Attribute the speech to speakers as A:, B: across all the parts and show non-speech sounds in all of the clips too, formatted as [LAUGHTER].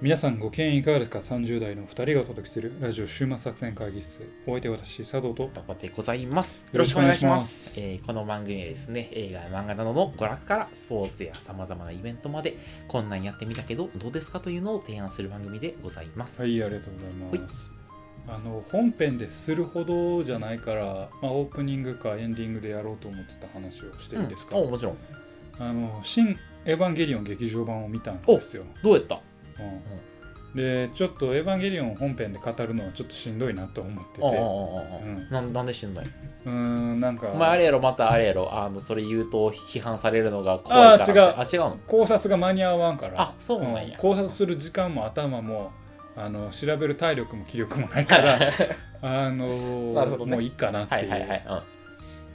A: 皆さんご機嫌いかがですか ?30 代の2人がお届けするラジオ週末作戦会議室。お相手は私、佐藤と。
B: パパでございます。
A: よろしくお願いします
B: よろしくお願いします。えーこの番組はですね、映画や漫画などの娯楽からスポーツやさまざまなイベントまで、こんなにやってみたけど、どうですかというのを提案する番組でございます。
A: は
B: はい、
A: い、ありがとうございます。あの本編でするほどじゃないから、まあ、オープニングかエンディングでやろうと思ってた話をしていいですか、
B: おもちろん。
A: あの新エヴァンゲリオン劇場版を見たんですよ。
B: どうやった
A: うんで、ちょっとエヴァンゲリオン本編で語るのはちょっとしんどいなと思って
B: あああ
A: て、
B: あああ、
A: うん
B: なん、なんでしんどい。
A: うーん、なんか
B: お前あれやろ、またあれやろ、あの、それ言うと批判されるのが怖いから。
A: あ
B: あ、違う。あ、違うの。
A: 考察が間に合わんから、
B: あ、そうなん
A: うん
B: や。
A: 考察する時間も頭もあの調べる体力も気力もないから
B: [LAUGHS]
A: あの
B: なるほどね
A: もういいかなって、
B: はいいうはいは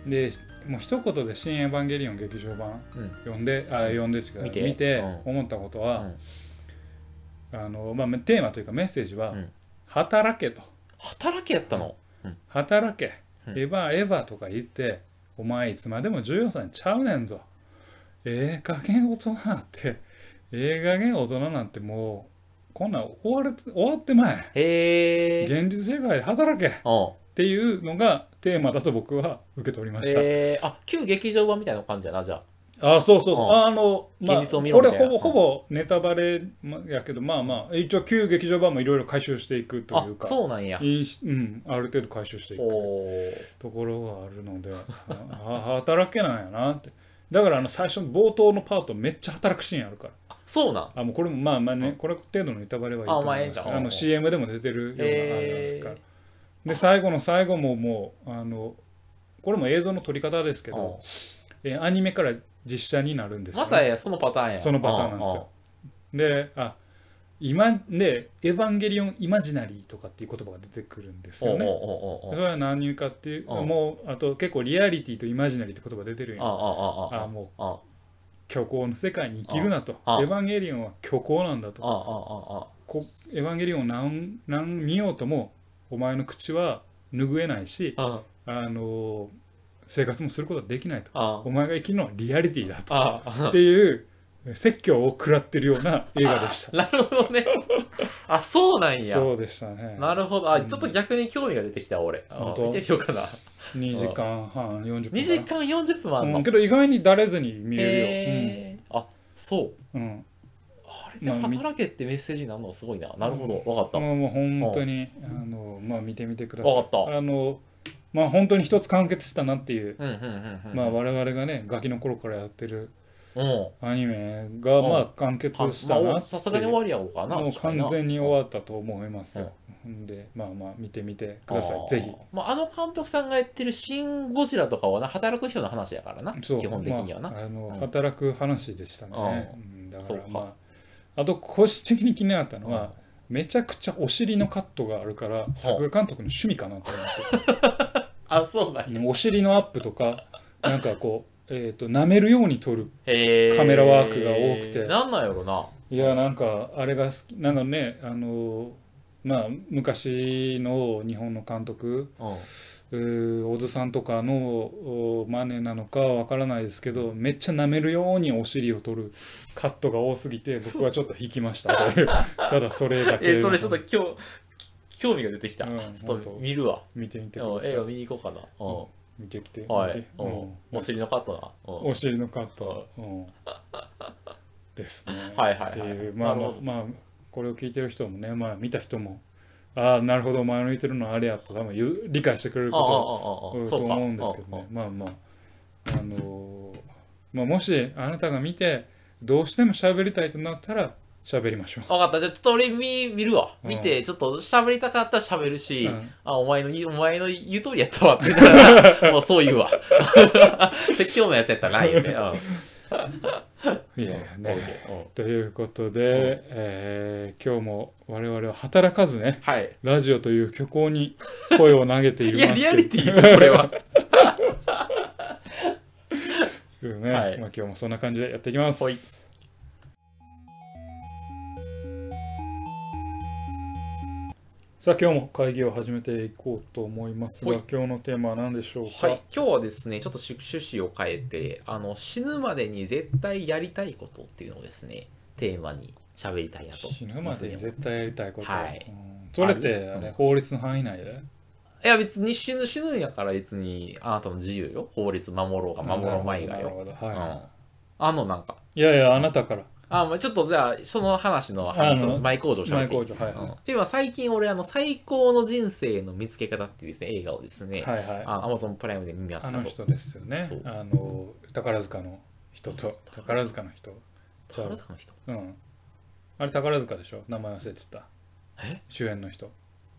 B: い。
A: でもう一言で「新エヴァンゲリオン劇場版
B: うん。うん。」
A: 読んであ読んで違う
B: 見てうん
A: 思ったこと
B: う
A: は、
B: ん
A: あのまあ、テーマというかメッセージは「
B: うん
A: 働け」と
B: 働きやったの
A: 「働け」
B: うん
A: エヴァエヴァ」とか言って「お前いつまでも14歳ちゃうねんぞ」ええ加減大人なんてええ加減大人なんてもうこんなん終われ終わってまえ
B: へえ。
A: 現実世界で働けっ
B: うん。
A: ていうのがテーマだと僕は受け取りました。
B: えー、あ旧劇場版みたいな感じやなじゃあ
A: あそうそうそう。
B: うん
A: あの、まあ、
B: 現実を見
A: こ
B: ろみ
A: れ
B: たいな
A: ほぼほぼネタバレまやけど、まあまあ、一応旧劇場版もいろいろ回収していくと
B: あ
A: いうか。
B: そうなんや
A: いいしうん、ある程度回収していく
B: おー
A: ところがあるのでああ働けないやなってだからあの最初の冒頭のパートめっちゃ働くシーンあるから
B: あそうなん
A: あもうこれもまあまあね、これ程度のネタバレはいいと思いますけど
B: あまあええんちゃう
A: あの CM でも出てるようなあれなんですから、
B: へ
A: で最後の最後ももうあのこれも映像の撮り方ですけど、えアニメから実写になるんですよ、
B: またやそのパターンや
A: そのパターンなんですよであ今で「エヴァンゲリオン・イマジナリー」とかっていう言葉が出てくるんです
B: うん
A: よ
B: うんおー
A: ね
B: おーおーお
A: そ
B: ー
A: れは何かっていう
B: うん
A: もうあと結構リアリティとイマジナリーって言葉出てるよ
B: あああああ
A: あ
B: あ
A: も
B: ああ
A: う虚構の世界に生きるなと「エ
B: うんうん
A: ヴァンゲリオンは虚構なんだ」と
B: ああああ
A: こエヴァンゲリオンを何何見ようともお前の口は拭えないし、
B: あ
A: あのー生活もすることはできないと
B: あ
A: お前が生きるのはリアリティだと
B: ああ
A: っていう説教を食らってるような映画でし
B: なるほどねあそうなん
A: た
B: や
A: そうでしたね
B: なるほどあちょっと逆に興味が出てきた俺あ
A: 本当
B: 見てみようかな
A: 2時間半40分かな
B: 2時間40分あん
A: う
B: の
A: んけど意外にだれずに見れるよ、
B: へーあそ
A: う
B: う
A: んうん
B: あれで
A: まあみ
B: 働けってメッセージになるのがすごいななるほどわかった
A: まあもう本当にあのまあ見てみてください
B: わかった
A: あのまあ本当に一つ完結したなっていう、
B: うんうんうんうん
A: まあ我々がねガキの頃からやってる
B: うん
A: アニメが
B: うん
A: まあ完結
B: か
A: したな
B: まあ
A: って
B: さすがに終わりやろうかな
A: もう完全に
B: わ
A: 終わったと思いますよ。んでまあまあ見てみてくださいぜひ。
B: まあ、あの監督さんがやってる「シン・ゴジラ」とかはな働く人の話やからな基
A: そう
B: 本的にはな、
A: まああ
B: う
A: の
B: ん
A: 働く話でしたね。
B: う
A: うんだか
B: そう
A: ら
B: か
A: まああと個人的に気になったのはめちゃくちゃお尻のカットがあるから作画監督の趣味かなと思っ
B: あそうなんや
A: て [LAUGHS] うんお尻のアップとかなんかこうえっと舐めるように撮る
B: へー
A: カメラワークが多くて
B: なんなんやろな、
A: いやなんかあれが好きなんかねあのまあ昔の日本の監督
B: うん、
A: うー小津さんとかのおマネなのかわからないですけどめっちゃ舐めるようにお尻を取るカットが多すぎて僕はちょっと引きました
B: [LAUGHS]
A: [LAUGHS] というただそれだけ
B: えそれちょっと今日き興味が出てきた、
A: うん
B: ちょ
A: 本
B: っ
A: 当
B: と見るわ
A: 見てみてく
B: うん
A: ださい
B: 映画見に行こうかな、うん
A: 見てきて
B: はい、
A: 見て
B: うん
A: うん
B: お尻のカットな、うん
A: お尻のカット、
B: [LAUGHS]
A: うん、ですね
B: はいはいはい
A: っていうまあまあ
B: なるほど
A: まあこれを聞いてる人もねまあ見た人もああなるほどお前の言ってるのはあれやと多分言う理解してくれる
B: あ
A: こ
B: あ
A: とを
B: ああああ
A: と
B: そうか
A: 思うんですけどねまあまああのーまあもしあなたが見てどうしても喋りたいとなったら喋りましょう
B: 分かったじゃあちょっと俺見見るわ
A: うん
B: 見てちょっと喋りたかったら喋るし、
A: うん
B: あお前の言うお前の言う通りやったわって言った
A: [LAUGHS]
B: らもうそう言うわ [LAUGHS] 説教のやつやったらないよね、うん
A: いやいやね
B: OK うん
A: ということで、えー今日も我々は働かずね
B: はい
A: ラジオという虚構に声を投げてい
B: [LAUGHS] い
A: る
B: や
A: ます
B: リアリティよこ
A: [LAUGHS]
B: れは
A: というね、
B: はい
A: まあ、今日もそんな感じでやっていきます。
B: はい
A: さあ今日も会議を始めていこうと思いますが、
B: はい
A: 今日のテーマは何でしょうか、
B: はい、今日はですねちょっと趣趣旨を変えてあの死ぬまでに絶対やりたいことっていうのをですねテーマに喋りたいなと。
A: 死ぬまでに絶対やりたいこと、
B: はい
A: うんそれって
B: ある
A: あ
B: う
A: れ
B: ん
A: 法律の範囲内で
B: いや別に死ぬ死ぬんやから別にあなたの自由よ。法律守ろうが守ろうまいが
A: なる
B: よ。
A: ほど
B: うん。
A: は
B: あのなんか、
A: い、いやいやあなたから
B: あ、まあちょっとじゃあその話の
A: あの
B: その前工場喋
A: 前
B: っていい
A: 工場はい、
B: うん
A: は
B: っていうのは最近俺あの最高の人生の見つけ方っていうですね映画をです
A: い
B: ね、
A: はい
B: あ Amazon プライムで見まし
A: あ
B: た
A: の
B: と
A: 人ですよね
B: そう
A: あの宝塚の人と宝塚の人
B: 宝塚の人
A: うんあれ宝塚でしょ名前忘れてた
B: え
A: 主演の人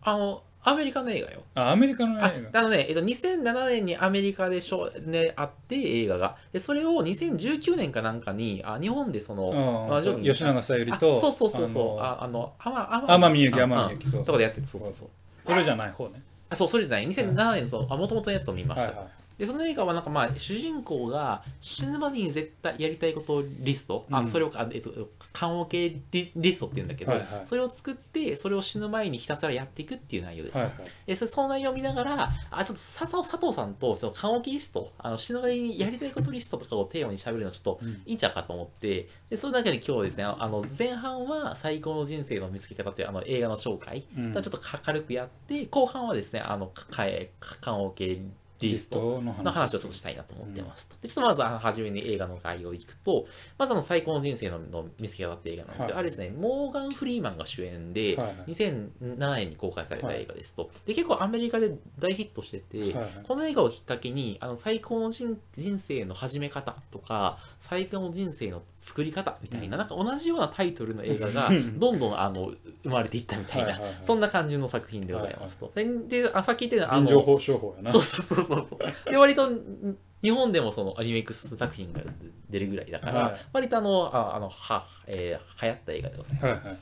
B: あのアメリカの映画よ
A: あアメリカの
B: あ
A: 映画
B: あのね、えっと、2007年にアメリカでしょ、ね、あって映画がでそれを2019年かなんかにあ日本でその、
A: うん、そう
B: 徐々に
A: 吉永小百合
B: あ
A: と
B: そうそうそうそう
A: あの
B: ああのあまあ
A: 天海祐希
B: あ
A: 天海祐希そう
B: とかでやっててそうそうそう
A: それじゃない方ね
B: あそうそれじゃない2007年のそのあ元々のやつを見ま
A: はい
B: した、
A: は
B: でその映画はなんかまあ主人公が死ぬまでに絶対やりたいことリスト、
A: う
B: あ
A: ん
B: それをあえっと棺桶リリストって言うんだけど、
A: はいはい
B: それを作ってそれを死ぬ前にひたすらやっていくっていう内容で
A: い
B: す、
A: はい
B: ね
A: はい
B: でそその内容を見ながらあちょっと佐藤佐藤さんとその棺桶リストあの死ぬまでにやりたいことリストとかをテーマにしゃべるのちょっと
A: うん
B: いいんちゃうかと思ってでその中で今日ですねああの前半は最高の人生の見つけ方というあの映画の紹介、
A: うん
B: ちょっとか軽くやって後半はですねあのかかえ棺桶リ
A: リ
B: ス
A: ス
B: ト
A: トの話
B: の話をちょっとしたいなと思ってますと。でちょっとまずあの初めに映画の概要をいくと、まずあの最高の人生のの見つけ方って映画なんですけど、
A: はい
B: あれですね、モーガン・フリーマンが主演で、
A: はいはい
B: 2007年に公開された映画ですと、で結構アメリカで大ヒットしてて、
A: はいはい
B: この映画をきっかけにあの最高の人人生の始め方とか最高の人生の作り方みたいな,、なんか同じようなタイトルの映画が
A: [LAUGHS]
B: どんどんあの生まれていったみたいな、
A: はいはいはい
B: そんな感じの作品でございますと。でであさっき言ってたあ
A: 臨
B: の
A: 場報商法やな
B: そうそうそうそうそう。で、割とん日本でもそのアニメックス作品が出るぐらいだから、
A: はい
B: 割とあの、ああのは、えー流行った映画でございま
A: はいはい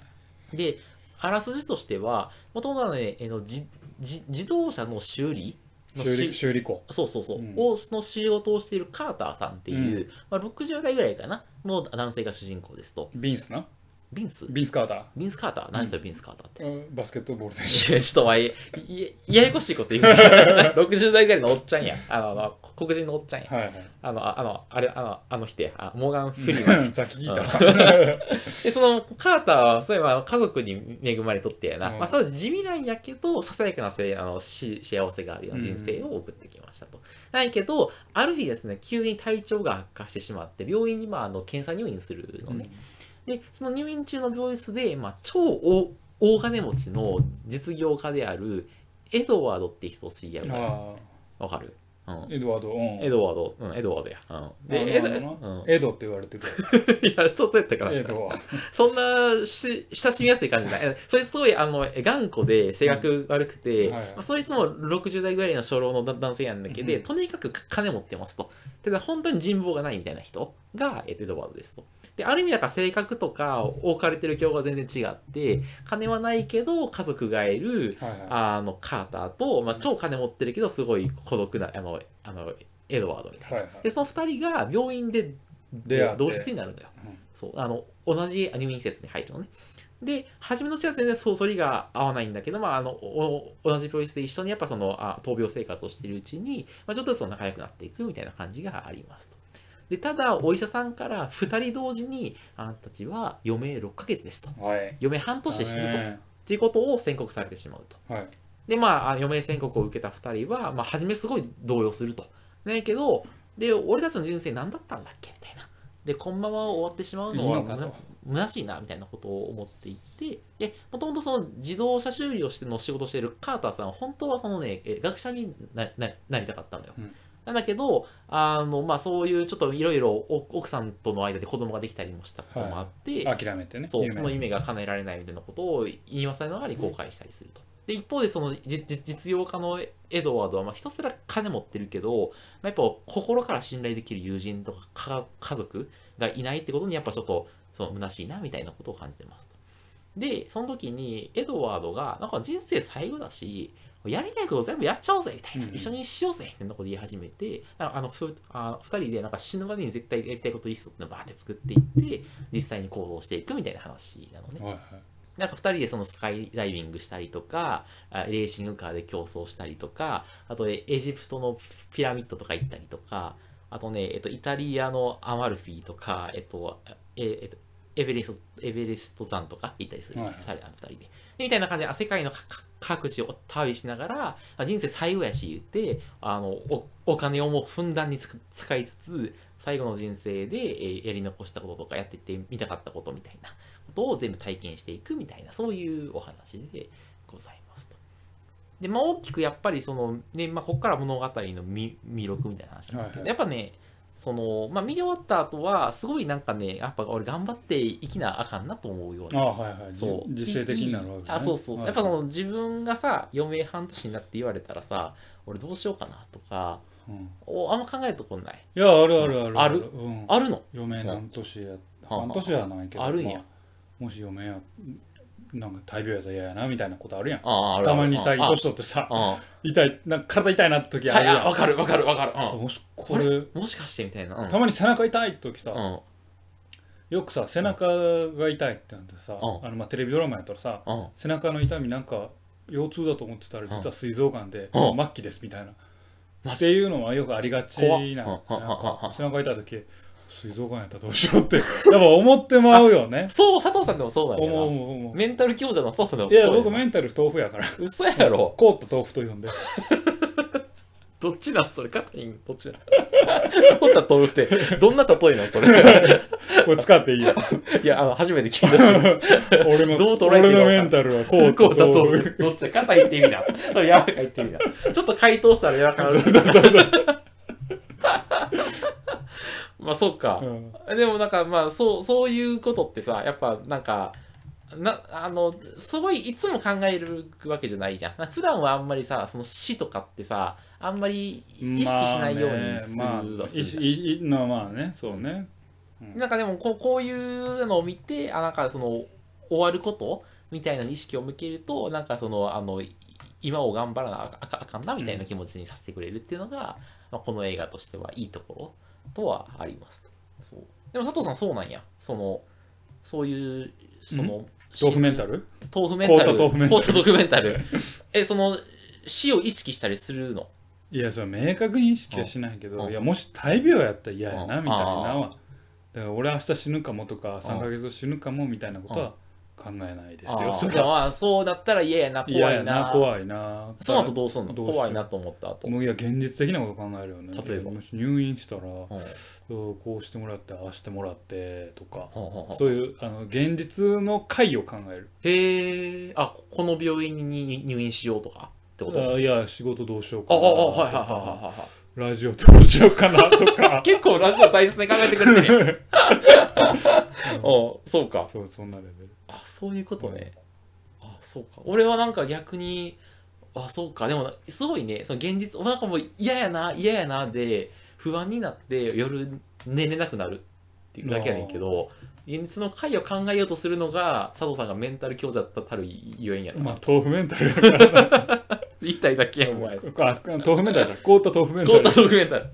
B: す。で、あらすじとしては、もともとはね、えーのじじ自動車の修理の
A: 修理
B: し
A: 修理工
B: そうそうそう、
A: うん
B: をの仕事をしているカーターさんっていう、
A: う
B: まあ、60代ぐらいかな、の男性が主人公ですと、
A: ビンスな
B: ビンス
A: ビンスカータ
B: ビンス・カーター何それ、ビンス・カーターって。
A: ーうんバスケットボール選
B: いやちょっと前、いやややこしいこと言う。60代 [LAUGHS] ぐらいのおっちゃんや。あの、あの黒人のおっちゃんや [LAUGHS]
A: 手。はいはい
B: あの、ああの、あれ、あの、あの人や、あモーガン・フリーマン。
A: うんさっき聞いた [LAUGHS] わ
B: で、その、カーターは、そういえば、あの家族に恵まれとってやな。
A: うん
B: まあ、そう地味なんやけど、ささやかなせあのし幸せがあるような人生を送ってきましたと。ないけど、ある日ですね、急に体調が悪化してしまって、病院に、まあ、あの、検査入院するのね。で、その入院中の病室で、まあ、超大大金持ちの実業家である、エドワードって人を知り合うから
A: あ
B: わかるうん
A: ー。エドワードうん
B: エドワード、うん、エドワードや。うん。
A: あの
B: で、エド、
A: あの
B: うん
A: な。エドって言われ
B: [LAUGHS]
A: てる
B: いや、ちょっとやったかな。
A: エドは
B: そんなし親しみやすい感じじゃないえ。それすごいあの頑固で性格悪くて、
A: うんはい
B: まあ、そいつも60代ぐらいの初老のだ男性なんだけど、
A: うん
B: とにかく金持ってますと。ただ本当に人望がないみたいな人がえエドワードですと。で、ある意味だから性格とか置かれてる境が全然違って、金はないけど家族がいる、
A: はいはい
B: あのカーターと、まあ、超金持ってるけどすごい孤独なあのあのエドワードみたいな。
A: はいはい
B: で、その2人が病院で
A: 出会って
B: 同室になるのよ。
A: うん
B: そうあの同じ入院施設に入るのね。で初めのうちは全然そうそれが合わないんだけど、まあ、あのお同じ病室で一緒にやっぱそのあ闘病生活をしているうちに、まあ、ちょっとずつその仲良くなっていくみたいな感じがありますと。でただお医者さんから2人同時にあんたたちは余命6ヶ月ですと
A: はい
B: 余命半年で死ぬとっ
A: ね
B: ていうことを宣告されてしまうと。
A: はい
B: でまあ余命宣告を受けた2人は、まあ、初めすごい動揺すると。ねけどで俺たちの人生何だったんだっけみたいな。でこのまま終わってしまう
A: いい
B: のは
A: のかと
B: 虚しいなみたいなことを思っていてでもともとその自動車修理をしての仕事をしているカーターさんは本当はそのねえ学者になななりたかったのよ、
A: うん
B: なんだけどあの、まあ、そういうちょっといろいろお奥さんとの間で子供ができたりもしたこともあって、
A: 諦めてね
B: そう
A: 夢
B: その夢が叶えられないみたいなことを言い忘れながら後悔したりすると。で一方でそのじじ実用家のエドワードはまあひたすら金持ってるけど、まあ、やっぱ心から信頼できる友人とかか家族がいないってことにやっぱちょっとその虚しいなみたいなことを感じてますと。でその時にエドワードがなんか人生最後だしやりたいこと全部やっちゃおうぜみたいな、
A: うんうん
B: 一緒にしようぜみたいなこと言い始めてなんかあのふあ2人でなんか死ぬまでに絶対やりたいことリストってのをバーって作っていって実際に行動していくみたいな話なのね。
A: はいはい
B: なんか2人でそのスカイダイビングしたりとかあレーシングカーで競争したりとかあとえエジプトのピラミッドとか行ったりとかあとね、えっと、イタリアのアマルフィとか、えっとええっとエベレストエベレスト山とか行ったりする、
A: はい
B: 二人あの二人ででみたいな感じであ世界のかか各地を旅しながらまあ人生最後やし言ってあのおお金をもうふんだんにつく使いつつ最後の人生で、えーやり残したこととかやってってみたかったことみたいなことを全部体験していくみたいなそういうお話でございますと。でまあ、大きくやっぱりその、ねまあ、ここから物語の魅魅力みたいな話なんですけ
A: はい
B: ど、
A: はい
B: やっぱねその、まあ、見終わった後はすごいなんかねやっぱ俺頑張って生きなあかんなと思うような
A: ああはいはいじ
B: そう
A: 実勢的になるわけ、ね、
B: あそうそう、
A: はい
B: やっぱその自分がさ余命半年になって言われたらさ俺どうしようかなとか
A: うんい
B: おあんま考えたことない
A: やあるあるある
B: ある
A: うん、
B: あるの
A: 余命何年や
B: あはあ
A: 半年はないけど
B: あるんや
A: まあもし余命やなんか大病やったら嫌やなみたいなことあるやん
B: あああるあ
A: た
B: る
A: まにさ
B: あ
A: 年取ってさ
B: ああ
A: 痛いなんか体痛いなって時あ
B: は
A: る
B: い
A: やん、
B: あわかるわかるわかる、う
A: もしこれ
B: ん、もしかしてみたいな、うん
A: たまに背中痛い時さ、
B: うん
A: よくさ背中が痛いってなってさ、
B: うん
A: あのまあテレビドラマやったらさ、
B: うん
A: 背中の痛みなんか腰痛だと思ってたら実は膵臓がんで、
B: うん
A: 末期ですみたいな、
B: マ
A: っ
B: ジ
A: ていうのはよくありがちな,、
B: 怖っ
A: なん
B: うんうんうんう
A: か
B: ん
A: 背中痛い時膵臓がんやったらどうしようって [LAUGHS] やっぱ思ってまうよね
B: そう佐藤さんでも [LAUGHS] そうだ
A: 思う
B: よな
A: 思う思う
B: メンタル強者の佐藤さんで
A: い
B: もそうだ
A: や
B: よな
A: 僕メンタル豆腐やから
B: 嘘やろ
A: 凍った豆腐と呼んで
B: どっちなんそれカタリンどっちなんどんな豆腐って [LAUGHS] どんな例えなんそれ
A: これ使っていい
B: [LAUGHS]
A: よ
B: いやあの初めて聞いたし
A: 俺の
B: どう捉えていいの
A: 俺のメンタルは凍
B: こう
A: った
B: だと
A: 豆腐
B: どっちだ肩言ってみな。それ柔らかいってみな。ちょっと解凍したら柔らかくな
A: [LAUGHS]
B: る。まあそうか
A: う。ん
B: でもなんかまあそうそういうことってさ、やっぱなんか。なあのすごいいつも考えるわけじゃないじゃんなんか普段はあんまりさその死とかってさあんまり意識しないようにする
A: まあ
B: は
A: ねまあ
B: す
A: い
B: るじゃん
A: しいいまあまあねそうね
B: なんかでもこうこういうのを見てあなんかその終わることみたいな意識を向けるとなんかそのあのい今を頑張らなあかあかあかんなみたいな気持ちにさせてくれるっていうのが、まあ、この映画としてはいいところとはありますそうでも佐藤さんそうなんやそのそういうその
A: 豆腐メンタル
B: 豆腐メンタル
A: 凍った豆腐メンタル
B: 凍った豆腐メンタル [LAUGHS] えその死を意識したりするの
A: いやそれ明確に意識はしないけ
B: う
A: ど
B: ん
A: いやもし大病やったら嫌やな
B: うん
A: みたいなはだから俺明日死ぬかもとか3ヶ月後死ぬかもみたいなことは考えないですよ
B: あー
A: それ
B: じゃあ
A: は
B: まあそうだったら嫌やな怖
A: 嫌
B: い
A: や
B: な
A: な怖いな
B: その後どうすんの
A: どうしよう
B: 怖いなと思った後、
A: もういや現実的なこと考えるよね
B: 例えば
A: もし入院したら
B: うん
A: うんこうしてもらってああしてもらってとか
B: ほうほうほう
A: そういうあの現実の回を考える
B: へえ、あ、ここの病院に入院しようとかってことあ、
A: あいや仕事どうしよう
B: あ、
A: か
B: あ、
A: な
B: はいはい
A: とか
B: はいはいは
A: ラジオどうしようかなと
B: い。 [LAUGHS]
A: か
B: 結構ラジオ大切に考えてくれ [LAUGHS] てるね。あ、そう
A: [LAUGHS]
B: か。
A: そうそんなレベル
B: あ、そういうことね。あ、そうか。俺はなんか逆に、あ、そうか。でも、すごいね、その現実、なんかもう嫌やな、嫌やなで、不安になって夜寝れなくなるっていうだけやねんけど、現実の回を考えようとするのが、佐藤さんがメンタル強者だったたるゆえんやろな。
A: まあ豆腐メンタルやから
B: 一体だけや、お前。
A: あ豆腐メンタルだ凍った豆腐メンタ
B: 凍っ
A: ル
B: たドキュメンタル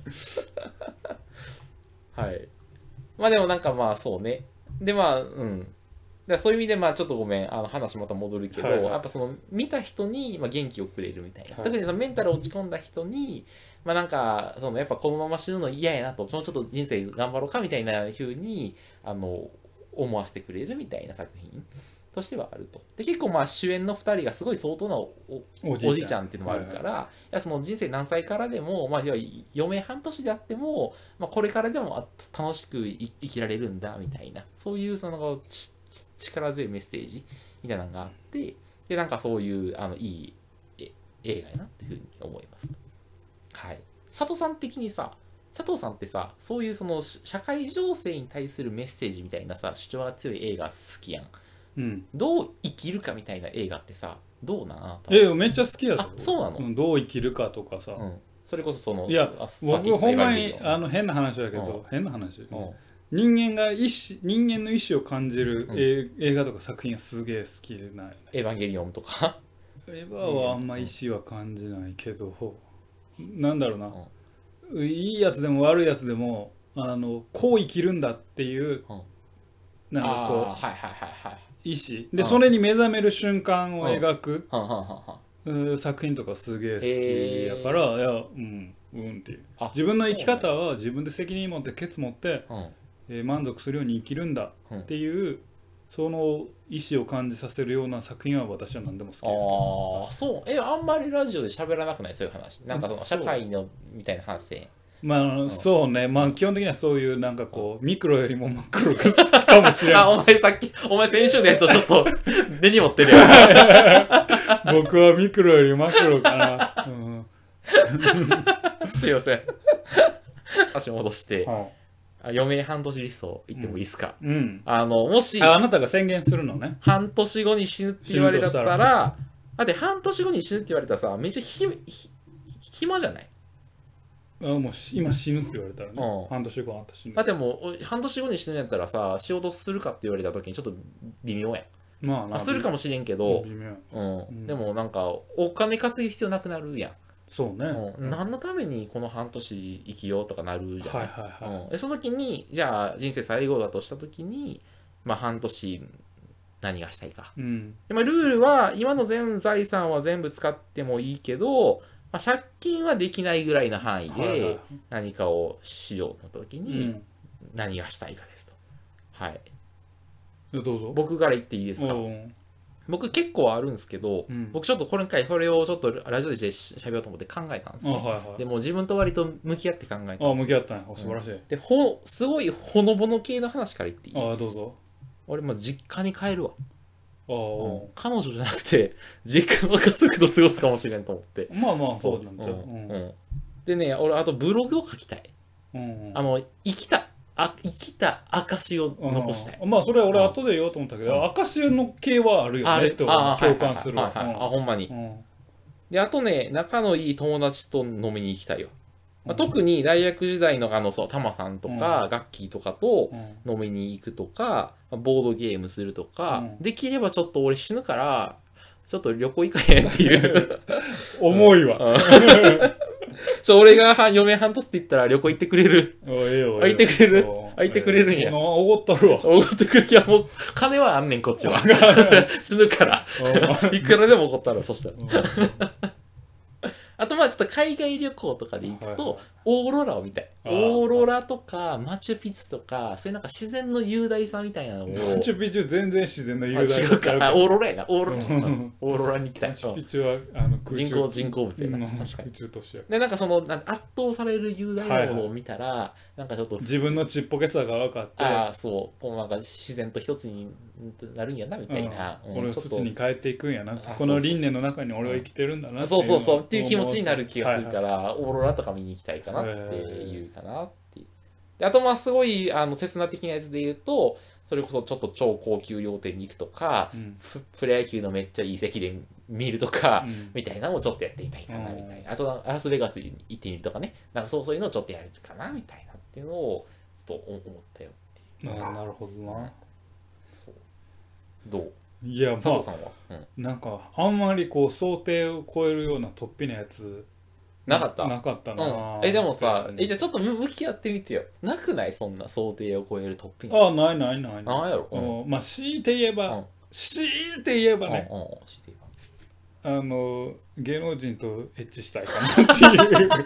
B: はいまあでもなんかまあそうねでまあうんだからそういう意味でまあちょっとごめんあの話また戻るけど、
A: はいはい
B: やっぱその見た人にまあ元気をくれるみたいな、
A: はい
B: 特にそのメンタル落ち込んだ人にまあなんかそのやっぱこのまま死ぬの嫌やなともうちょっと人生頑張ろうかみたいな風にあの思わせてくれるみたいな作品としてはあるとで結構まあ主演の2人がすごい相当なおお
A: お
B: お
A: じいちゃん
B: じいちゃんっていうのもあるから、いやその人生何歳からでも、まあ、要は余命半年であっても、まあ、これからでもあ楽しくい生きられるんだみたいなそういうそのちち力強いメッセージみたいなのがあってでなんかそういうあのいいえ映画やなっていうふうに思います。はい、佐藤さん的にさ佐藤さんってさそういうそのし社会情勢に対するメッセージみたいなさ主張が強い映画好きやん
A: うん
B: どう生きるかみたいな映画ってさどうなんあなた
A: えめっちゃ好きや
B: あそうなの
A: んどう生きるかとかさ、
B: うん、それこそその
A: いや
B: あさっき
A: 僕
B: 言ってた
A: ほんま
B: エ
A: に
B: ヴァンゲリオン
A: あの変な話だけど、
B: う
A: 変な話、
B: うん
A: 人間が意思人間の意思を感じる、
B: うん
A: え映画とか作品はすげえ好きなんやね
B: エヴァンゲリオンとか
A: エヴァはあんま意思は感じないけど、なんだろうな、いいやつでも悪いやつでもあのこう生きるんだっていう、
B: うん
A: なんかこう
B: あーはいはいはいはい
A: 意思で、
B: うん
A: それに目覚める瞬間を描く、
B: はんはんはんはん
A: うん作品とかすげえ好きやから、いやうんうんっていう
B: あ
A: 自分の生き方は自分で責任持ってケツ持って
B: うん
A: えー満足するように生きるんだっていう、その意思を感じさせるような作品は私は何でも好きですけど
B: ああそうえあんまりラジオで喋らなくないそういう話なんかその
A: そ
B: 社
A: う
B: 会のみたいな話で
A: まああの
B: ん
A: そうねまあ基本的にはそういうなんかこうミクロよりもマクロが好きかもしれ
B: あ
A: な
B: お前さっきお前先週のやつをちょっ
A: [LAUGHS]
B: と根に持ってるよ
A: い僕はミクロよりマクロか
B: [LAUGHS]
A: な、うん
B: すいません話戻して
A: は
B: あ余命半年リスト言ってもいいですか、
A: いうん、
B: あのもし
A: ああなたが宣言するのね
B: 半年後に死ぬって言われた
A: 死ぬと
B: ら
A: した
B: だって半年後に死ぬって言われたらさめっちゃひひ暇じゃない
A: あもうし今死ぬって言われたらね、
B: うん
A: 半年後あんた死ぬ
B: だってもうお半年後に死ぬんやったらさ仕事するかって言われた時にちょっと微妙やん
A: まあ
B: あするかもしれんけ
A: も
B: ど、
A: 微妙
B: うん
A: うん
B: でもなんかお金稼ぐ必要なくなるや
A: そうね、
B: ん、うん
A: はい
B: 何のためにこの半年生きようとかなるじゃん、
A: はいはい、
B: うん、でその時にじゃあ人生最後だとした時に、まあ、半年何がしたいか
A: うん、
B: で、まあ、ルールは今の全財産は全部使ってもいいけど、まあ、借金はできないぐらいの範囲
A: はいはい
B: で何かをしようと思った時
A: う
B: に
A: ん
B: 何がしたいかですと、はい
A: いやどうぞ
B: 僕から言っていいですか
A: うん
B: 僕結構あるんですけど、
A: うん
B: 僕ちょっとこれ回それをちょっとラジオでししゃべろうと思って考えたんです
A: あ
B: ね、
A: はいはい
B: でも自分と割と向き合って考えた
A: あ
B: んで
A: 向
B: す
A: き合ったんや素晴らしい、
B: でほすごいほのぼの系の話から言っていい
A: あどうぞ
B: 俺もう実家に帰るわ、
A: あ
B: うん彼女じゃなくて実家の家族と過ごすかもしれんと思って
A: まあまあそうなん
B: う
A: ちゃううんん
B: う、んでね俺あとブログを書きたい
A: うんうん
B: あの生きたあ生きた証を
A: うん
B: 残したい、
A: まあそれは俺
B: うん
A: 後で言おうと思ったけど、
B: うん
A: 証の系はあるよ
B: あ
A: ね
B: れ
A: って俺
B: あ
A: は
B: あ
A: 共感する
B: は
A: わ
B: いはいはいはいあほんまに
A: うんうん
B: で、あとね、仲のいい友達と飲みに行きたいよ。まあ、特に大学時代のあの、そう、タマさんとか、ガッキーとかと
A: うん
B: 飲みに行くとか、まあボードゲームするとか、
A: うん
B: できればちょっと俺死ぬから、ちょっと旅行行かへんっ
A: [LAUGHS]
B: ていう。
A: 重いわ、
B: ちょ、俺がは嫁半年って言ったら旅行行ってくれる。
A: おいええよええよ
B: あいてくれる
A: おう
B: あいてくれるんや
A: ええよおごったるわ
B: おごってくれいや、もう、金はあんねん、こ
A: [LAUGHS]
B: っちは。死ぬから。いくらでも怒ったら、そしたら。
A: うん
B: あと、まあちょっと海外旅行とかで行く
A: はいはい
B: と、オーロラを見たい。
A: あ
B: オ
A: ー
B: ーロラとか、マチュピチュとか、そういうなんか自然の雄大さみたいなのを。
A: マチュピチュ全然自然な
B: あ
A: 雄
B: 違
A: 大
B: う
A: ちゃ
B: か
A: う。
B: あオーロラやな。オーロ
A: う
B: ラ。
A: ん
B: オーロラに行きたい。
A: マ
B: うん
A: チュピチュはあの空中
B: 人工、人工物や
A: うん
B: な。確か
A: 空
B: に。
A: 中都市や
B: で、なんかその、なんか圧倒される雄大なものを見たら、なんかちょっと、
A: 自分のちっぽけさが分かって
B: ああ、そう、こうなんか自然と一つになるんやな、みたいな。
A: うん
B: うん
A: 俺を
B: ちょっと
A: 土に変えていくんやな
B: あ
A: この輪廻の中に俺は生きてるんだな
B: そうそうそうって
A: い
B: いう
A: のを
B: 気持ちになる気がする
A: は
B: か
A: い
B: ら、オーロラとか見に行きたいかなっていうかなっていう。であとまあすごいあの切な的なやつで言うとそれこそちょっと超高級料亭に行くとか、
A: うん
B: ププロ野球のめっちゃいい席で見るとか、
A: うん
B: みたいなのをちょっとやってみたいかな
A: うん
B: みたいな、あとラスベガスに行ってみるとかねなんかそうそういうのをちょっとやるかなみたいなっていうのをちょっと思ったよ
A: ああなるほどな
B: そうどう
A: いや
B: 佐
A: ま
B: 藤
A: あ
B: さんは、うん、
A: なんかあんまりこう想定を超えるような突飛なやつ
B: なかった
A: なかったな
B: うん、えでもさえじ
A: ゃ
B: ゃあちょっとむ向き合ってみてよなくないそんな想定を超えるトッピング
A: ああないないない
B: な
A: なん
B: やろ
A: い
B: うん
A: うんまあ強いて言え
B: うん
A: ば強いて言えばね
B: うんうん知っている
A: あの芸能人とエッチしたいかなっていう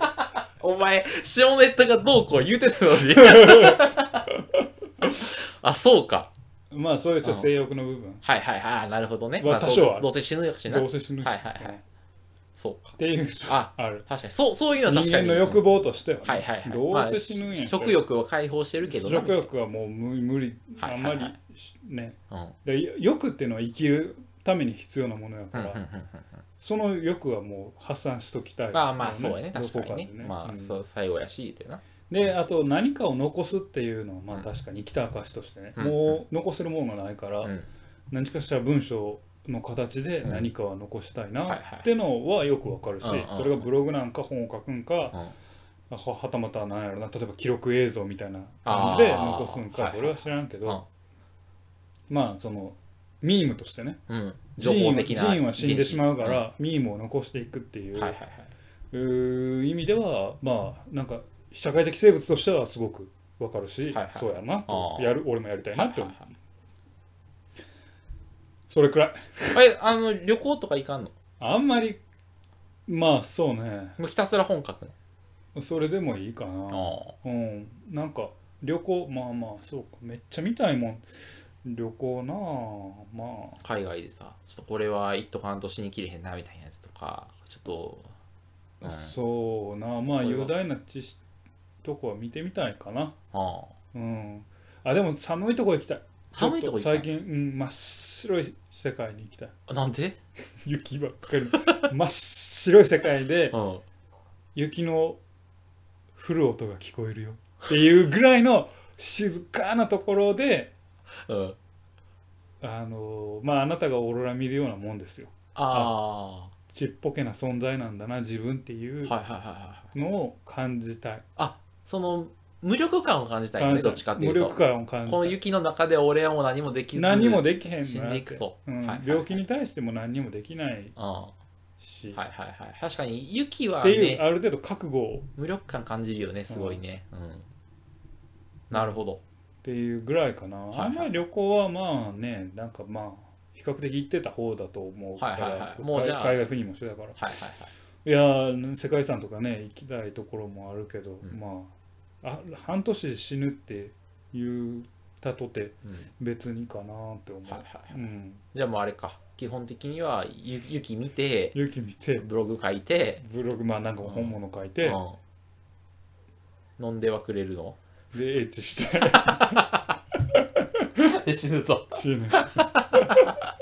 B: お前塩ネタがどうこう言うてたのに [LAUGHS] あそうか [LAUGHS]
A: まあそういうちょっと性欲の部分
B: はいはいはいなるほどね、
A: まあ
B: まあ、そう
A: 多少はある
B: どうせ死ぬやしな
A: どうせ死ぬし
B: はいはいは
A: うん
B: いそうか
A: っていう
B: あ
A: ある
B: 確かにそうそういうのは確
A: 人
B: か
A: 間
B: に
A: の欲望としてはね
B: はいはいはい
A: どうせ死ぬん
B: ま
A: や
B: あ食欲を解放してるけどな
A: 食欲はもう無無理
B: は
A: あ
B: いは
A: ん
B: いは
A: ま
B: い
A: りしね
B: うんうん
A: で欲っていうのは生きるために必要なものや
B: う
A: か
B: んう
A: ら、
B: んうん
A: その欲はもう破産しときたい、
B: まあまあそうやね確か
A: どこ
B: に
A: で
B: ねま
A: う
B: あ
A: ん
B: そう最後やしってな
A: であと何かを残すっていうのはまあ確かに生きた証としてね、
B: うん
A: もう残せるものがないから、
B: うん
A: 何かしら文章の形で
B: うん
A: 何かは残したい
B: はい
A: な
B: はい
A: っていうのはよくわかるし、
B: うんうんうん
A: それがブログなんか本を書くんか、
B: うん
A: ははたまたなんやろな例えば記録映像みたいな感じで残すん
B: あ
A: か
B: ー
A: それは知らんけど、
B: うん
A: まあそのミームとしてね
B: うん、
A: ジ
B: 情
A: ー
B: 報
A: ンは
B: 的な
A: ジーンは死んでしまうか
B: 原
A: ら、ミームを残していくってい
B: 子
A: う,、
B: はいはいはいう
A: ー意味ではまあなんか社会的生物としてはすごくわかるし、
B: はいはい
A: そうやなと
B: あー
A: やる俺もやりたいなって思う、
B: は
A: それくらい
B: いはいえあの旅行とか行かんの
A: あんまりまあそうね
B: もうひたすら本書くの
A: それでもいいかな
B: あ
A: うんなんか旅行まあまあそうかめっちゃ見たいもん旅行なあまあ
B: 海外でさちょっとこれは一斗関東しにきれへんなみたいなやつとかちょっと、うん、
A: そうなまあ
B: これは
A: 雄大な知識とこは見てみたいかな
B: あ
A: うんあでも寒いとこ行きたい
B: あ寒いとこ行きたい
A: ちょっ最近、うん、真っ白い世界に行きたい
B: なんで、
A: 雪ばっかりの真っ白い世界で
B: うん、
A: 雪の降る音が聞こえるよっていうぐらいの静かなところで
B: うん、
A: あのまああなたがオーロラ見るようなもんですよ
B: あ
A: ちっぽけな存在なんだな自分ってい
B: あーはいうはいはいはい
A: のを感じたい、
B: あその無力感を感じたいよ
A: 感
B: ね
A: じた
B: ど
A: い
B: っちかってい
A: 無
B: うと
A: 力感を感じ
B: この
A: たい
B: 雪の中で俺はもう何もできず
A: 何にも
B: で
A: できへん
B: 死
A: の
B: んでい
A: っ
B: く
A: て
B: と
A: うん
B: はいはい
A: 病気に対しても何にもできない
B: うん、は
A: し、
B: いはいはい確かに雪は
A: っていう
B: ね
A: ある程度覚悟を
B: 無力感感じるよねすごいね、うんなるほど
A: っていうぐらいかな、
B: いはい
A: あんまり旅行はまあねなんかまあ比較的行ってた方だと思うから、
B: はいはいはいもうじゃあ
A: 海外赴任もしてたから
B: はいはいは
A: い
B: い
A: やー世界遺産とかね行きたいところもあるけど、
B: うん
A: まああ半年で死ぬって言ったとて
B: うん
A: 別にかなって思う、
B: はいはいはい
A: うん、
B: じゃあもうあれか基本的にはゆ雪見て
A: 勇気見て
B: ブログ書いて、
A: ブログまあなんか本物書いて、
B: うん、飲んではくれるの
A: でエッチして
B: で死ぬと
A: 死ぬ、
B: まあ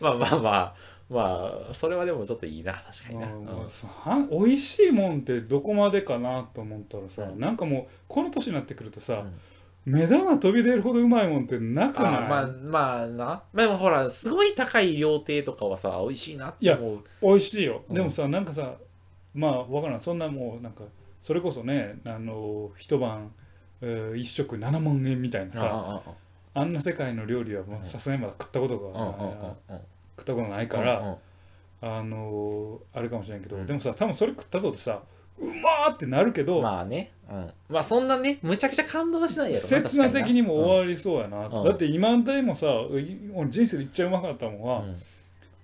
B: まあまあまあそれはでもちょっといいな確かにな、
A: うん
B: うん
A: もうさは美味しいもんってどこまでかなと思ったらさ、
B: うん
A: なんかもうこの年になってくるとさ、
B: うん
A: 目玉飛び出るほどうまいもんってなく
B: あ
A: ない、
B: まあまあなまあでもほらすごい高い料亭とかはさ美味しいなって思う
A: 美味しいよ、
B: うん
A: でもさなんかさまあわからんそんなもうなんかそれこそねあの一晩、えー一食7万円みたいな
B: ああ
A: さ
B: ああ
A: あんな世界の料理はも
B: うん
A: うさすがにまだ食ったことが、
B: うんうんうんうん
A: 食ったことないから、
B: うんうん
A: あのーあれかもしれんけど、
B: うん
A: でもさ多分それ食ったとてさうまーってなるけど、
B: まあね、うん、まあそんなねむちゃくちゃ感動はしないやろ
A: 刹那的にも終わりそうやな、
B: うん
A: だって今でもさい俺人生でいっちゃうまかったもんは、
B: わうん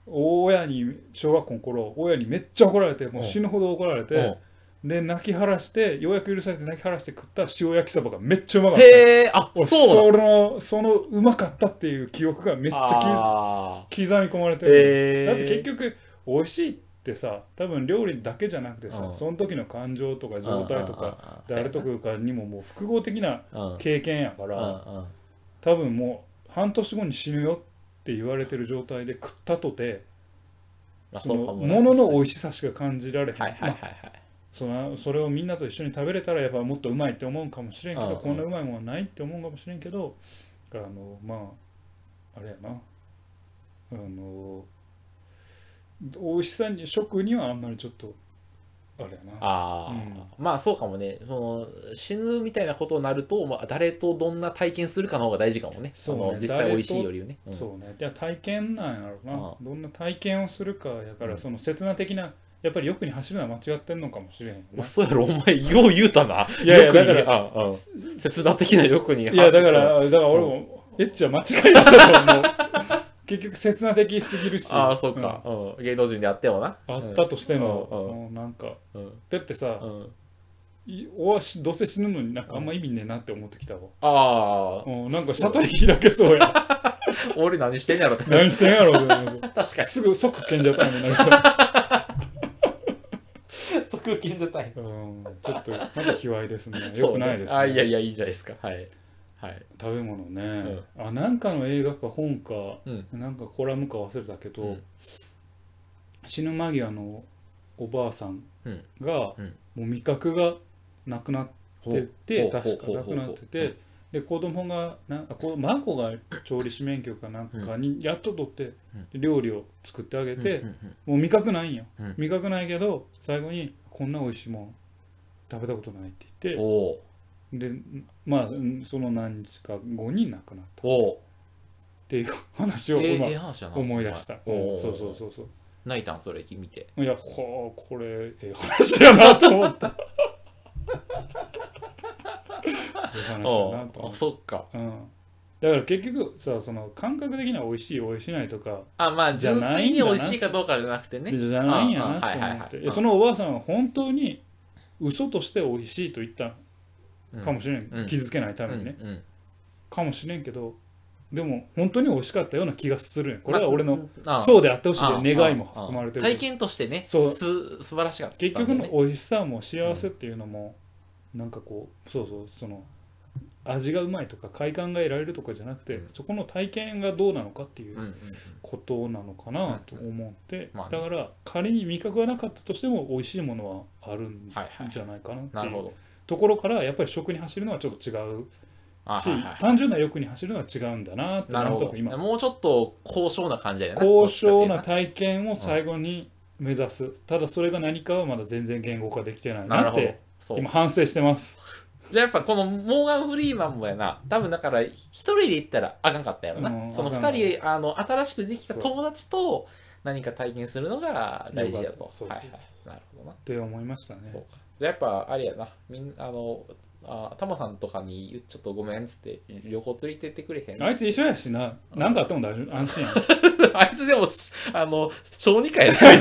A: 親に小学校の頃親にめっちゃ怒られてもう死ぬほど怒られて、
B: うん
A: で泣き晴らしてようやく許されて泣き晴らして食った塩焼きそばがめっちゃうまかった
B: へえあ
A: 俺
B: そ
A: そ
B: う
A: のそのうまかったっていう記憶がめっちゃ
B: あ
A: き刻み込まれ
B: ー
A: てる、
B: へえ
A: だって結局美味しいってさ多分料理だけじゃなくてさ、
B: うん
A: その時の感情とか状態とか、
B: か
A: 誰と食うかにももう複合的な
B: うん
A: 経験やから、
B: うんうん
A: 多分もう半年後に死ぬよって言われてる状態で食ったとて
B: まあ
A: そ
B: そう
A: の
B: かもな
A: ものの美味しさしか感じられへん、
B: はいはいはい
A: まあ
B: はい
A: そのそれをみんなと一緒に食べれたらやっぱもっとうまいって思うんかもしれんけ
B: うん
A: ど
B: うん
A: こんなうまいもんはないって思うかもしれんけどあのまああれやなあの美味しさに食にはあんまりちょっとあれやな
B: ああ、まあそうかもねその死ぬみたいなことになると、まあ、誰とどんな体験するかの方が大事かもね
A: そうね
B: あの実際美味しいよりよね、うん
A: そうねで体験なんやろな
B: ああ
A: どんな体験をするかやか
B: うん
A: らその刹那的なやっぱりよくに走るのは間違ってんのかもしれへんよな
B: 嘘やろお前よう言うたない
A: やいや
B: よくに
A: だか
B: ああ切断的なよくに
A: いやだか
B: 走る
A: らだから俺もエッチは間違いだったと思う結局刹那的すぎるし
B: ああそうか、うん芸能人であってもな
A: うんあったとしても
B: うんうん
A: もうなんか
B: うんうん
A: だってさ
B: うん
A: いおわしどうせ死ぬのになんかあんま意味ねえなって思ってきたわ
B: あ
A: う
B: あ
A: んなんか悟り開けそうや
B: [LAUGHS] 俺何してんやろ
A: [LAUGHS]
B: って
A: 何してんやろうと思って
B: 確かに
A: すぐ即賢者タイムになりそう
B: 即金じゃたい
A: うんちょっとまだ卑猥ですねよくないですね
B: あいやいやいいじゃないですかはいはい
A: 食べ物ね、あなんかの映画か本か
B: うん
A: なんかコラムか忘れたけど、
B: うん
A: 死ぬ間際のおばあさん
B: うん
A: が、
B: うん
A: もう味覚がなくなってて
B: ほう
A: 確か
B: ほう
A: な
B: ほうほう
A: くなっててで子供がなんあこ孫が調理師免許かなんかにやっと取って、料理を作ってあげて、
B: うんうんうん
A: もう味覚ないんよ、
B: うん
A: 味覚ないけど最後にこんな美味しいもん食べたことないって言って
B: おお
A: でまあうんその何日か後に亡くなった
B: おお
A: っていう [LAUGHS] 話を
B: ええ
A: 今
B: ええ話やな
A: 思い出した、
B: お前
A: う
B: お
A: ん
B: ー
A: そうそうそうそう
B: 泣いたんそれ見て
A: いやほーこれええ話やなと思
B: [LAUGHS]
A: ったええ話やなと
B: あ
A: 思っ
B: そっか
A: た、うん、だから結局さその感覚的には美味しい美味しないとか
B: あまあ
A: じゃ
B: 純
A: ない
B: 粋
A: ん
B: に
A: だな
B: 美味しいかどうかじゃなくてね
A: じゃないんやなと
B: ああはいはい
A: 思
B: は
A: っ
B: い
A: ていやそのおばあさんは本当に嘘として美味しいと言った
B: うん
A: かもしれん、
B: うん
A: 傷つけないためにね、
B: うんうん
A: かもしれんけどでも本当に美味しかったような気がするんよこれは俺の、
B: まああ
A: そうであってほしい
B: ああ
A: という願いも含まれて
B: ああ
A: る
B: 体験としてね
A: そう
B: す素晴らしかったんだよ
A: 結
B: ね、
A: 局の美味しさも幸せっていうのも、なんかこうそうそうその味がうまいとか快感が得られるとかじゃなくて、
B: うん
A: そこの体験がどうなのかっていう
B: うんうん
A: ことなのかなと思って、
B: まあね
A: だから仮に味覚がなかったとしても美味しいものはあるん
B: はいはい
A: じゃないかなって
B: なる
A: い
B: ほ
A: う
B: ど
A: ところからやっぱり食に走るのはちょっと違う
B: あ
A: し、
B: はいはい
A: 単純な欲に走るのは違うんだなって
B: なる
A: なんと
B: ほ
A: なく
B: ど
A: 今
B: もうちょっと高尚な感じだよね
A: 高尚な体験を最後に目指す、ただそれが何かはまだ全然言語化できてない
B: なる
A: なっ
B: ほど
A: て
B: そう
A: 今反省してます
B: じゃあやっぱこのモーガン・フリーマンもやな多分だから一人で行ったらあかんかったやろな、
A: うん
B: その
A: あかん
B: 二人あの新しくできた
A: そう
B: 友達と何か体験するのが大事だ
A: よか
B: と
A: ったそうそう
B: はいは
A: そう
B: い、なるほどな、
A: って思いましたね
B: そうかじゃあやっぱあれやなみんあのあタマさんとかにちょっとごめんっつって旅行連れてってくれへん
A: あいつ一緒やしな何かあっても大丈夫安
B: [LAUGHS]
A: 心やん
B: あいつでもし、あの、小児科やで、あいつ。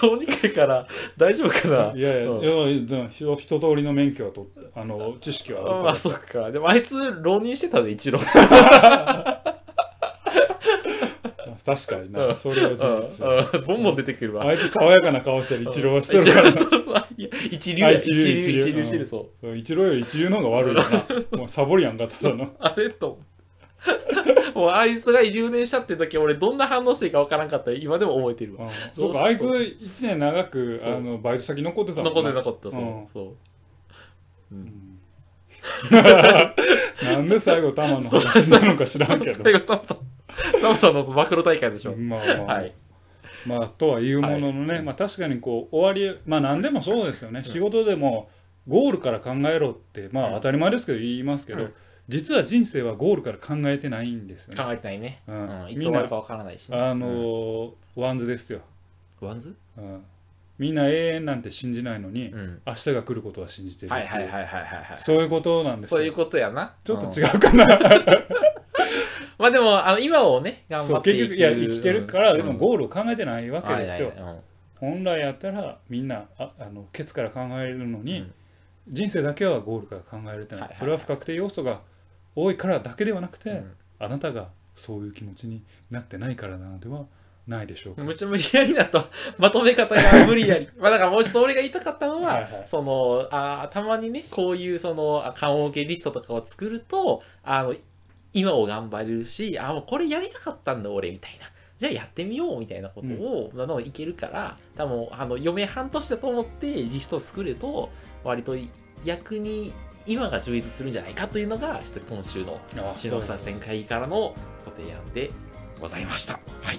B: 小児科やから大丈夫かない
A: やいや、
B: うん
A: いやいやでもひ一通りの免許は取ってあの知識はあるから
B: まあ、そっか。でもあいつ、浪人してたで、一浪。
A: 確かに
B: う
A: な、
B: ん
A: それは
B: うん
A: 事実。
B: うんボンボン出てくるわ。
A: あいつ爽やかな顔してる一郎はしてるか
B: 一
A: ら
B: 郎
A: な。
B: そうそう。いや一流や
A: あ
B: 一
A: 一流
B: 流、
A: 一流
B: 一流してる、そう。
A: そう一郎より一流の方が悪いよな。もうサボりやんか、ただ
B: [LAUGHS]
A: の。
B: あれと。もうあいつが留年したって時俺どんな反応していいかわからんかった今でも覚えてるわ
A: うんそうか、あいつ一年長く
B: そう
A: あのバイト先残ってたもん
B: 残ってな
A: か
B: かったそううんそう
A: なんで最後、玉の話なのか知
B: [LAUGHS]
A: らんけど
B: 最。後タムさんタムさんの暴露大会でしょ
A: まあま
B: は
A: あ
B: い、
A: まあ、とは言うもののね、まあ確かにこう、終わり、まあ何でもそうですよね。仕事でも、ゴールから考えろって、まあ当たり前ですけど言いますけ
B: う
A: ど
B: ん、
A: 実は人生はゴールから考えてないんですよね。
B: 考えてないね
A: う
B: うん
A: ん、
B: いつ
A: み
B: 終
A: ん
B: わ
A: な
B: るかわからないし、ね。
A: あのーワンズですよ、
B: うんワンズ
A: うん、みんな永遠なんて信じないのに、
B: うん。
A: 明日が来ることは信じてるっ
B: は
A: てい
B: いうはいはいはいはいはい。
A: そういうことなんです
B: そういう
A: よ
B: ことやな。
A: ちょっと
B: うん
A: 違。うかな、
B: まあでも、あの今をね、頑
A: そ
B: 張
A: う
B: って
A: 結
B: い
A: 局いや生きてるから、でも
B: ー
A: ゴールを考えてないわ
B: ル
A: けですよ、
B: よ。
A: 本来やったらみんなああのケツから考えるのに、
B: うん
A: 人生だけはゴールから考えるってない、
B: はいはいはい
A: それは不確定要素が多いからだけではなくて、
B: うん
A: あなたがそういう気持ちになってないからなのではないでしょうか、
B: むちゃ無理やりだと、 [LAUGHS] まとめ方が無理やり。まあだからもうちょっと俺が言いたかったのは、
A: はいはい
B: そのあー、たまにね、こういうその、あ棺桶リストとかを作ると、あの、今を頑張れるし、あー、もうこれやりたかったんだ俺、みたいな。じゃあやってみようみたいなことを、どんどんいけるから、多分、あの、嫁半年だと思ってリストを作ると、割と役に今が充実するんじゃないかというのが、ちょっと今週の
A: あ
B: 篠田さん会議からのご提案でございました。はい。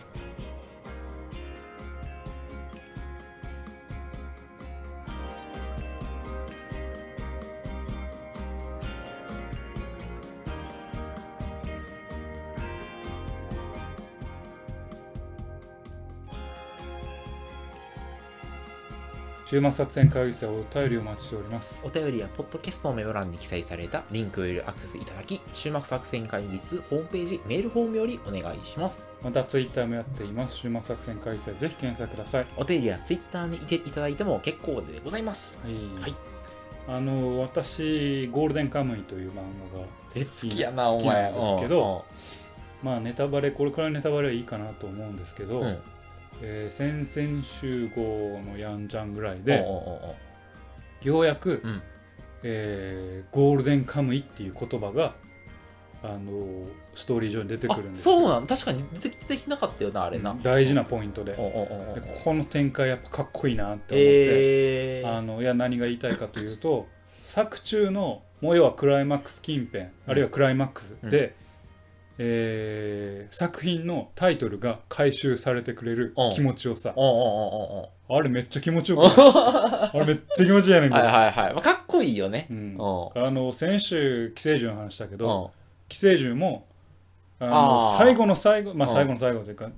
A: 週末作戦会議室でお便りをお待ちしております。
B: お便りやポッドキャストのメモ欄に記載されたリンクよりアクセスいただき、週末作戦会議室ホームページ、メールフォームよりお願いします。
A: またツイッターもやっています。週末作戦会議室でぜひ検索ください。
B: お便りはツイッターにいていただいても結構でございます。
A: はい。
B: はい
A: あの私ゴールデンカムイという漫画が好き好きなんですけど、まあネタバレこれくらいネタバレはいいかなと思うんですけど、
B: うん、
A: えー先々週号のやんちゃんぐらいで
B: で、う
A: ようやく、
B: うん
A: えーゴールデンカムイっていう言葉があのストーリー上に出て
B: ん
A: くるん
B: あ
A: ですよ
B: そうなの確かに出て出てきなかったよな、あれな。
A: 大事なポイントで
B: おうおうおうおう
A: でこの展開やっぱかっこいいなって思って。
B: えー
A: あのいや何が言いたいかというと作中のもう要はクライマックス近辺あるいはクライマックスで、えー作品のタイトルが回収されてくれる
B: うん
A: 気持ちよさ、
B: おうおうおうおう
A: あれめっちゃ気持ちよ
B: [LAUGHS]
A: くないあれめっちゃ気持ちいいやねんけ
B: は
A: ど、
B: いはいはい。まあ、かっこいいよね。
A: うん
B: おう
A: あの先週寄生獣の話だけど
B: おう
A: 寄生獣もあの
B: あー
A: 最後の最後まあ
B: うん
A: 最後の最後というか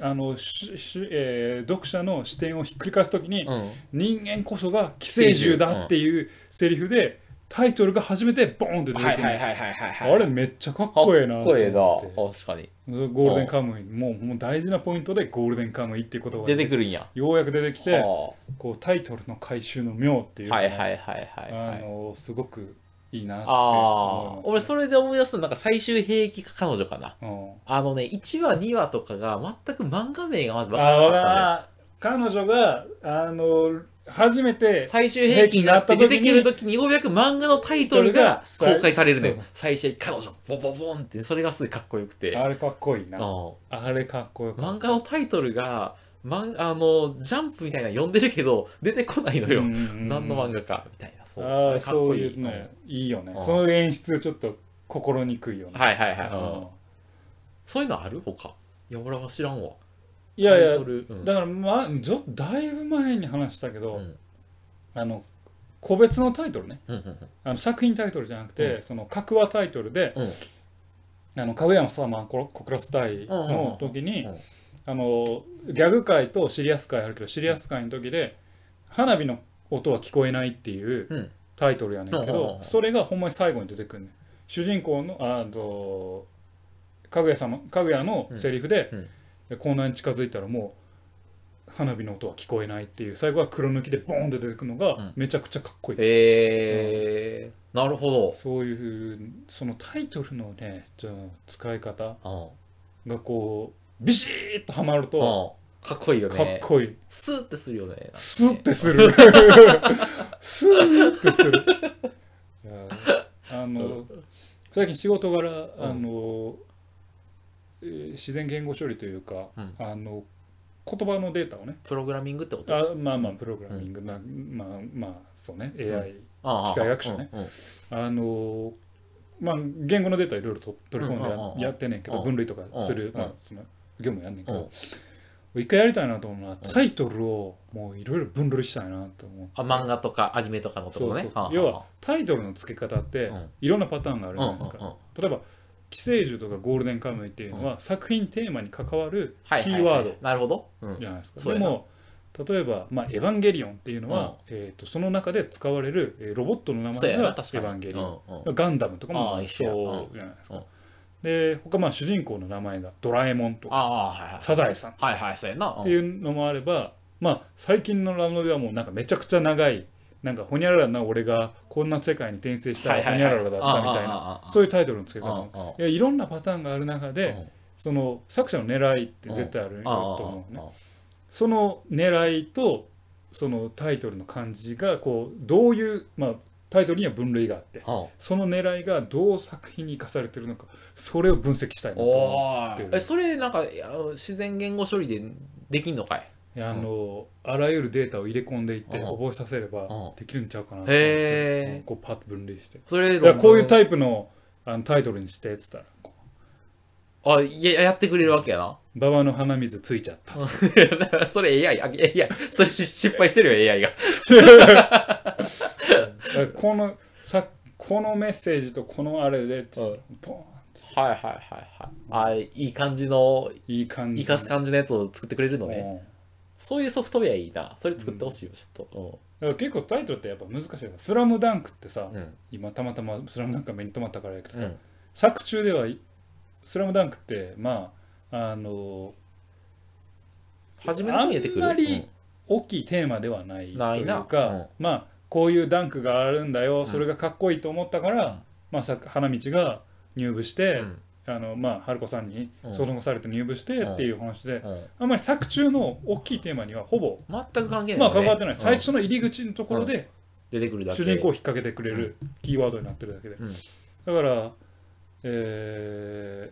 A: あのしし、えー読者の視点をひっくり返すときに、
B: うん
A: 人間こそが寄生獣だっていうセリフでタイトルが初めてボーンって出てくる、
B: はいはいはいはいはいはい。
A: あれめっちゃかっこええ
B: か
A: な
B: っ
A: と
B: こええ
A: 思って
B: な。確かに。
A: ゴールデンカムイもうもう大事なポイントでゴールデンカムイっていう言葉が
B: 出てくるんや。
A: ようやく出てきて
B: は
A: こうタイトルの回収の妙っていうのが
B: はいはいはいはいは
A: あ
B: い。
A: のすごくいいなって思
B: ああ、
A: い
B: 俺
A: ます
B: それで思い出すのなんか最終兵役か彼女かな。
A: うん
B: あのね、1話2話とかが全く漫画名がまず分からなかったんだよ
A: あ彼女があの初めて
B: 最終兵器になって
A: 兵器にな
B: 出
A: った時に
B: てくるときにようやく漫画のタイトルが
A: それが
B: 公開されるのよ
A: そう。
B: 最終兵器彼女、ボボボンって、それがすごいかっこよくて。
A: あれかっこいいな
B: うん
A: あれかっこよか
B: 漫
A: った
B: 画のタイトルが、漫あの、ジャンプみたいなの読んでるけど、出てこないのよ。何の漫
A: 画
B: 画か、みたいな。そう。
A: あ
B: れ
A: あ
B: かっこ
A: そう
B: いい。
A: いうねいいよね
B: うん
A: その演出ちょっと心にくいよ
B: うん
A: ね
B: はいはいは
A: う
B: い。うん
A: ん
B: そういうのある他。いや、俺は知らんわ。
A: いやい
B: タイ
A: や
B: トルうん
A: だからまあちょだいぶ前に話したけ
B: う
A: ど
B: ん
A: あの個別のタイトルね
B: うんうん
A: あの作品タイトルじゃなく
B: う
A: てその各話タイトルで
B: うん
A: あのかぐやのサーマンココクラス隊の時に
B: うんうんうんうん
A: あのギャグ界とシリアス界あるけどシリアス界の時で花火の音は聞こえないっていう
B: うん
A: タイトルやねんけ
B: うんうんうん
A: ど
B: うん
A: それがほんまに最後に出てくるねん主人公のあのかぐや様かぐやのセリフで
B: うん
A: でコーナーに近づいたらもう花火の音は聞こえないっていう最後は黒抜きでボーンって出てくるの
B: うん
A: がめちゃくちゃかっこいい
B: えー、なるほ
A: そういうそのタイトルのねじゃあ使い方
B: ど。
A: がこうビシッとはまる
B: うん。うん
A: と
B: かっこいいよね。
A: かっこいい
B: スーってするよね。
A: スッてす
B: [LAUGHS]
A: るスーッてするいやあの最近仕事柄あの、えー自然言語処理というか、
B: うん
A: あの言葉のデータをね
B: プログラミングってこと
A: あまあまあプログラミング、なまあまあそうね AI、
B: ああ
A: 機械学習ね。
B: うんうん
A: あのまあ言語のデータいろいろと取り込ん
B: うんうんうんうん
A: でややってんねんけ
B: う
A: ど
B: ん
A: 分類とかす
B: う
A: る
B: ん
A: まあその業務やんねんけ
B: うん
A: ど一回やりたいなと思うのはタイトルをもういろいろ分類したいなと思う
B: あ漫画とかアニメとかのと
A: そ
B: こ
A: う
B: ね。
A: そう
B: ああ
A: 要はタイトルの付け方って
B: うん
A: いろんなパターンがあるじゃないです
B: うんうん
A: か例えば「寄生獣」とか「ゴールデンカムイ」っていうのは作品テーマに関わるキ
B: はいはいはい
A: ーワード
B: なるほど。うん
A: じゃないですか
B: そう
A: で
B: やな
A: も例えば「まあエヴァンゲリオン」っていうの
B: うん
A: はえーとその中で使われるえーロボットの名
B: そう
A: 前
B: や
A: が「エ
B: な、
A: ヴ
B: 確かに。
A: ァンゲリオン」
B: うんうん
A: ガンダムとか
B: ああ
A: も
B: 一緒や
A: そうじゃないです
B: う
A: か
B: ん。
A: で、他まあ主人公の名前がドラえもんとか
B: ああ、はいはい。
A: サザエさんっ
B: はいはい、そうやな。うん
A: ていうのもあれば、まあ最近のラノベはもうなんかめちゃくちゃ長い、なんかほにゃららな俺がこんな世界に転生した
B: は
A: ら
B: いは
A: ほ
B: い
A: にゃららだったみたいな、
B: な
A: そう
B: いう
A: いうタイトルの付け
B: ああ
A: 方。
B: ああ
A: いやいろんなパターンがある中で、その作者の狙いって絶対ある
B: うん
A: と思う
B: あ
A: ね
B: あ。ああ
A: その狙いとそのタイトルの感じがこうどういうまあタイトルには分類があって。
B: ああ
A: その狙いがどう作品に生かされてるのかそれを分析したいなと思
B: おー
A: ってる
B: えそれなんかいやあの自然言語処理でできんのかいう
A: いやあの、あらゆるデータを入れ込んでいって
B: うん
A: 覚えさせれば
B: うん
A: できるんちゃうかなと思って
B: へー
A: こうパッと分類して
B: それ
A: いやこういう
B: イ
A: タイプのあのタイトルにしてっつったらこう
B: プあいややってくれるわけやな [LAUGHS]
A: 「馬場の鼻水ついちゃった」
B: それ AI あいやいやそれし失敗してるよ AI が
A: だからこのさこのメッセージとこのあれでっつったらポーンって
B: はいはいはいはいあいい感じの
A: いい感じ
B: 生かす感じのやつを作ってくれるのね
A: うん
B: そういうソフトウェアいいなそれ作ってほしいよちょっと
A: だから結構タイトルってやっぱ難しいよスラムダンクってさ
B: うんうん
A: 今たまたま「スラムダンクが目に留まったからやけど
B: う
A: さ
B: ん
A: 作中ではい「スラムダンクってまああの
B: 初めの方に出てくる
A: あんまり大きいテーマではないと
B: ないいうな
A: か
B: うん
A: まあこういうダンクがあるんだよ、
B: ん
A: それがかっこいいと思ったから、
B: うん
A: まあ、さ花道が入部して、
B: うん
A: あのまあ、春子さんに
B: うん
A: 相談されて入部して
B: うん
A: っていう話で、
B: うんうん
A: あんまり作中の大きいテーマにはほぼ、
B: 全く関係ないよね
A: まあ関わってない、
B: うん
A: 最初の入り口のところで
B: 出てくるだけ
A: 主人公を引っ掛けてくれるキーワードになってるだけで、
B: うん
A: だからえ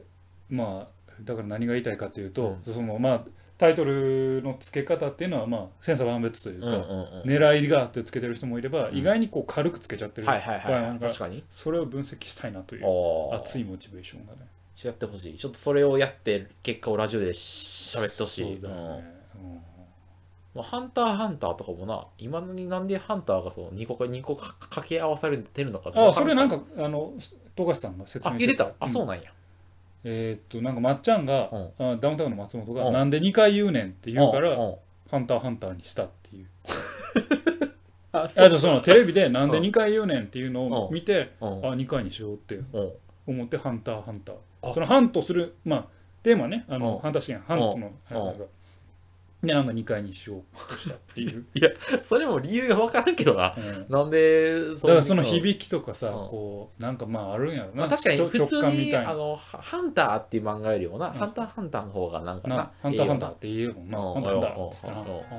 A: ーまあだから何が言いたいかというと、そのまあタイトルの付け方っていうのはまあ千差万別という
B: う
A: か、
B: んうんうん
A: 狙いがあってつけてる人もいれば、
B: うん
A: 意外にこう軽くつけちゃってる、
B: はいはいはい
A: 場合
B: は
A: も
B: い確かに
A: それを分析したいなという
B: おー
A: 熱いモチベーションがね
B: やってほしい。ちょっとそれをやって、結果をラジオで喋ってほしい。
A: そうだよ
B: うん
A: ね、うん
B: まあハンターハンターとかもな、今になんでハンターがその2個か2個か掛け合わされてるのか
A: あそれなん
B: か
A: かあの富樫さんが説
B: あ、
A: 明
B: 言ってた。あ、そう
A: う
B: なんや。
A: えーっとなんかまっちゃんが、
B: う
A: あダウンタウンの松本が、
B: うん
A: なんで2回言うねんって言うから、
B: んん
A: ハンターハンターにしたっていう
B: [LAUGHS] あ、
A: あ
B: そ
A: じゃあ
B: う。
A: そのテレビでなんで
B: うん
A: 2回言うねんっていうのを見て、
B: うん
A: あ2回にしようって
B: うん
A: 思って「ハンターハンター」
B: あ
A: そのハントするまあテーマねあの、
B: うん
A: ハンター試験ハントの、
B: うん
A: なんかでなんか2階にしようとしたって
B: [LAUGHS]
A: いう、
B: それも理由が分からんけどな。
A: うん
B: なんで、
A: だからその響きとかさ、
B: うん
A: こうなんかまああるんやろ
B: ま
A: な
B: あ、確かに
A: ちょ
B: 普通
A: 直感み
B: に
A: たい
B: あ
A: な
B: のハハンターっていう漫画よりもな、
A: ん
B: ハンターハンターの方がなんか
A: な
B: な、
A: ハンターハンタ
B: ー
A: ーって言えよな、
B: うん
A: ハンターハンターっつってな、
B: う
A: うん
B: ん
A: じゃあ
B: うん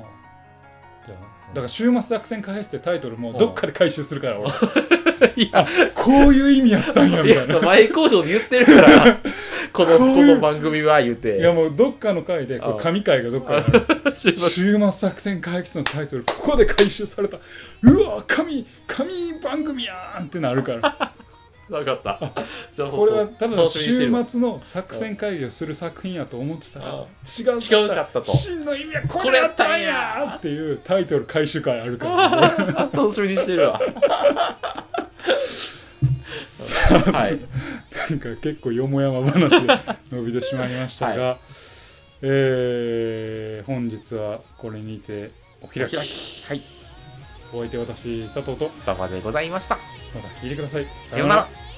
A: だから「週末作戦会議室」ってタイトルも
B: うん
A: どっかで回収するから俺 [LAUGHS] あこういう意味やったんやみたいない
B: や前工場で言ってるからこの
A: こう
B: こ
A: いう
B: の番組は言う
A: い
B: [LAUGHS]
A: や
B: て
A: もうどっかの回でこ
B: うん
A: う神回がどっかで「
B: 週末
A: 週末作戦会議室」のタイトルここで回収されたうわ神神番組やーんってなるから
B: [LAUGHS] なかったじゃあ
A: これは
B: ほんと
A: 多分
B: 楽しみに
A: 週
B: してるわ
A: 末の作戦会議をする作品やと思ってた
B: う
A: ら
B: ん
A: 違う
B: 違うかったと
A: 真の意味はこれやったん
B: これやったん
A: や
B: や
A: ーっていうタイトル回収会あるから、ね、
B: 楽しみにしてる [LAUGHS] わはい
A: なんか結構よもやま話で伸びてしまいましたが、えー本日はこれにてお開き
B: はい
A: お相手私佐藤と
B: 馬場でございました
A: また聞いてください
B: さようなら